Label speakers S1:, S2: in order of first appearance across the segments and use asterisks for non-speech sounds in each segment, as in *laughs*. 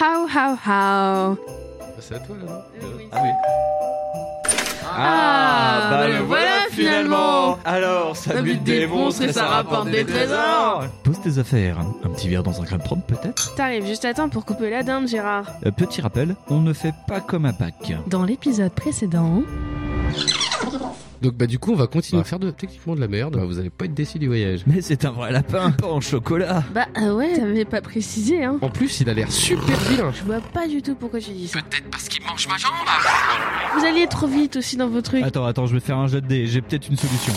S1: How, how, how.
S2: Bah, C'est à toi là. non
S1: Oui.
S3: Ah oui.
S1: Ah, bah le voilà, finalement.
S3: Alors, ça
S1: Le
S3: bute
S1: but des
S3: des monstres
S1: monstres
S3: et
S1: et
S3: ça
S1: ça
S3: rapporte des trésors Pose tes affaires, un petit verre dans un club propre peut-être
S1: T'arrives juste à temps pour couper la dinde, Gérard.
S3: Euh, Petit rappel, on ne fait pas comme à Pâques.
S4: Dans l'épisode précédent,
S2: Donc bah du coup on va continuer
S3: Ouais.
S2: à faire de, techniquement de la merde. Bah, vous allez pas être déçus du voyage.
S3: Mais c'est un vrai lapin, pas en chocolat
S1: Bah euh, ouais, t'avais pas précisé, hein.
S2: En plus il a l'air super vilain.
S1: Je vois pas du tout pourquoi tu dis ça.
S2: Peut-être parce qu'il mange ma jambe.
S1: Vous alliez trop vite aussi dans vos trucs.
S3: Attends, attends, je vais faire un jet de dés, j'ai peut-être une solution.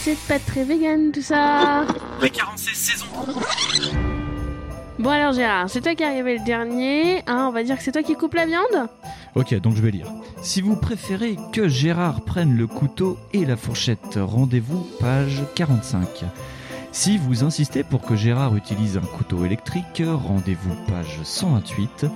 S1: C'est pas très vegan tout ça.
S3: *laughs* Mais 46 saisons
S1: Bon alors Gérard, c'est toi qui arrivé le dernier. Hein, on va dire que c'est toi qui coupe la viande
S3: Ok, donc je vais lire. Si vous préférez que Gérard prenne le couteau et la fourchette, rendez-vous page 45. Si vous insistez pour que Gérard utilise un couteau électrique, rendez-vous page 128.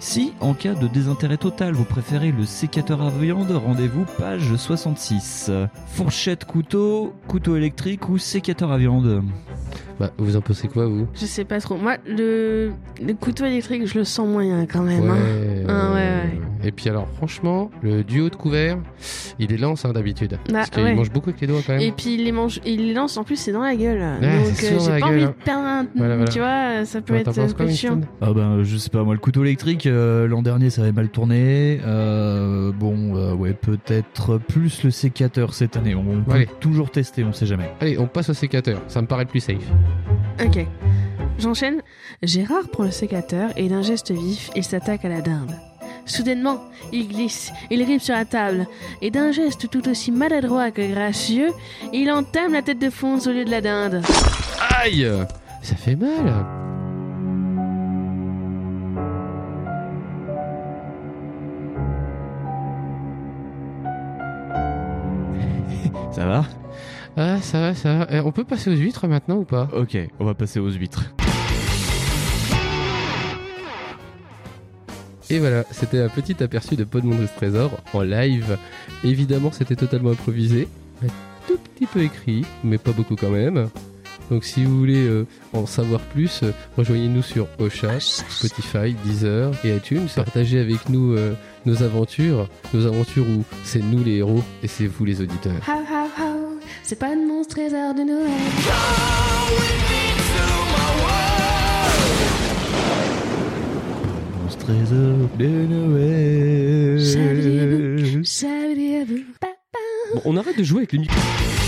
S3: Si, en cas de désintérêt total, vous préférez le sécateur à viande, rendez-vous page 66. Fourchette, couteau, couteau électrique ou sécateur à viande
S2: Bah vous en pensez quoi vous
S1: Je sais pas trop. Moi, le, le couteau électrique, je le sens moyen quand même. hein. Ah, ouais,
S2: Et puis alors franchement le duo de couvert il est lance hein, d'habitude.
S1: Bah,
S2: parce qu'il
S1: ouais.
S2: mange beaucoup avec les doigts quand même.
S1: Et puis il les mange, il les lance en plus, c'est dans la gueule.
S2: Ouais,
S1: Donc
S2: c'est
S1: euh,
S2: souvent dans
S1: j'ai
S2: la
S1: pas
S2: gueule,
S1: envie
S2: hein.
S1: de perdre un.
S2: Voilà, voilà.
S1: Tu vois, ça peut
S2: Toi, t'en
S1: être
S2: penses
S1: euh,
S2: quoi,
S1: chiant.
S2: Winston
S3: Ah ben je sais pas moi le couteau électrique euh, l'an dernier ça avait mal tourné euh, bon euh, ouais peut-être plus le sécateur cette année on peut
S2: Allez.
S3: toujours tester on sait jamais
S2: Allez on passe au sécateur. Ça me paraît le plus safe.
S1: Ok. J'enchaîne. Gérard prend le sécateur et d'un geste vif, il s'attaque à la dinde. Soudainement, il glisse, il rive sur la table, et d'un geste tout aussi maladroit que gracieux, il entame la tête de Fonce au lieu de la dinde.
S2: Aïe Ça fait mal.
S3: ça va
S2: Ah ça va ça va. Eh, on peut passer aux huîtres maintenant ou pas
S3: ok on va passer aux huîtres
S2: Et voilà, c'était un petit aperçu de Pot de Monde Trésor en live. Évidemment, c'était totalement improvisé, un tout petit peu écrit, mais pas beaucoup quand même. Donc si vous voulez euh, en savoir plus, euh, rejoignez-nous sur Ocha, Spotify, Deezer et iTunes. Partagez avec nous euh, nos aventures, nos aventures où c'est nous les héros et c'est vous les auditeurs.
S1: How, how, how, c'est pas de monstre trésor de Noël.
S3: mon trésor de Noël
S1: Salut à vous.
S2: Bon, on arrête de jouer avec les micros.